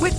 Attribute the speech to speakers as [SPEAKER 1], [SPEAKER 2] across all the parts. [SPEAKER 1] With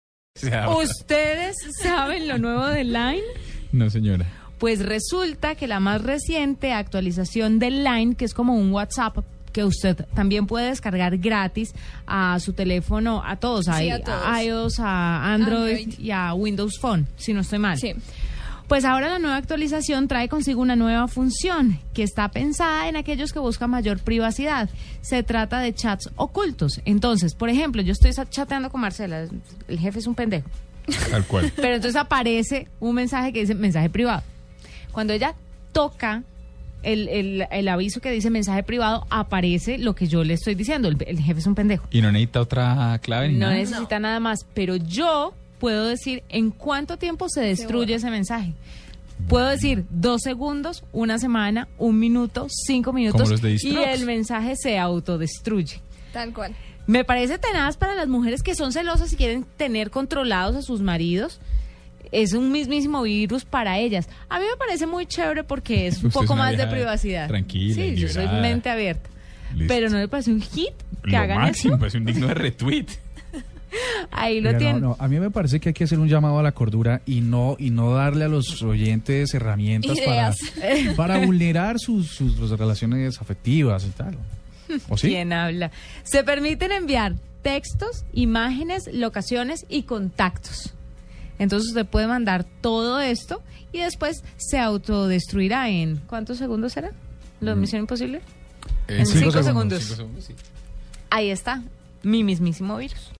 [SPEAKER 2] ¿Ustedes saben lo nuevo de Line?
[SPEAKER 3] No, señora.
[SPEAKER 2] Pues resulta que la más reciente actualización de Line, que es como un WhatsApp que usted también puede descargar gratis a su teléfono, a todos, a,
[SPEAKER 4] a todos.
[SPEAKER 2] a iOS, a Android,
[SPEAKER 4] Android.
[SPEAKER 2] y a Windows Phone, si no estoy mal.
[SPEAKER 4] Sí.
[SPEAKER 2] Pues ahora la nueva actualización trae consigo una nueva función que está pensada en aquellos que buscan mayor privacidad. Se trata de chats ocultos. Entonces, por ejemplo, yo estoy sa- chateando con Marcela, el jefe es un pendejo.
[SPEAKER 3] Tal cual.
[SPEAKER 2] Pero entonces aparece un mensaje que dice mensaje privado. Cuando ella toca el, el- el aviso que dice mensaje privado, aparece lo que yo le estoy diciendo. El, el jefe es un pendejo.
[SPEAKER 3] Y no necesita otra clave ni
[SPEAKER 2] No
[SPEAKER 3] nada.
[SPEAKER 2] necesita nada más. Pero yo puedo decir en cuánto tiempo se destruye ese mensaje. Puedo decir dos segundos, una semana, un minuto, cinco minutos.
[SPEAKER 3] los de
[SPEAKER 2] y
[SPEAKER 3] Distrox.
[SPEAKER 2] el mensaje se autodestruye.
[SPEAKER 4] Tal cual.
[SPEAKER 2] Me parece tenaz para las mujeres que son celosas y quieren tener controlados a sus maridos. Es un mismísimo virus para ellas. A mí me parece muy chévere porque es
[SPEAKER 3] Usted
[SPEAKER 2] un
[SPEAKER 3] es
[SPEAKER 2] poco
[SPEAKER 3] una
[SPEAKER 2] más de
[SPEAKER 3] vieja
[SPEAKER 2] privacidad.
[SPEAKER 3] tranquila,
[SPEAKER 2] Sí, yo soy
[SPEAKER 3] liberada.
[SPEAKER 2] mente abierta.
[SPEAKER 3] Listo.
[SPEAKER 2] Pero no le parece un hit que
[SPEAKER 3] lo
[SPEAKER 2] hagan
[SPEAKER 3] máximo,
[SPEAKER 2] eso.
[SPEAKER 3] es un digno de retweet.
[SPEAKER 2] Ahí lo
[SPEAKER 5] Mira, no,
[SPEAKER 2] tienen.
[SPEAKER 5] no, a mí me parece que hay que hacer un llamado a la cordura y no y no darle a los oyentes herramientas para,
[SPEAKER 4] Ideas.
[SPEAKER 5] para vulnerar sus, sus, sus relaciones afectivas y tal. ¿O sí?
[SPEAKER 2] ¿Quién habla? Se permiten enviar textos, imágenes, locaciones y contactos. Entonces usted puede mandar todo esto y después se autodestruirá en... ¿Cuántos segundos será?
[SPEAKER 3] Mm.
[SPEAKER 2] ¿Lo de Misión Imposible? En
[SPEAKER 3] Eh,
[SPEAKER 5] cinco
[SPEAKER 2] cinco
[SPEAKER 5] segundos.
[SPEAKER 2] segundos. Ahí está, mi mismísimo virus.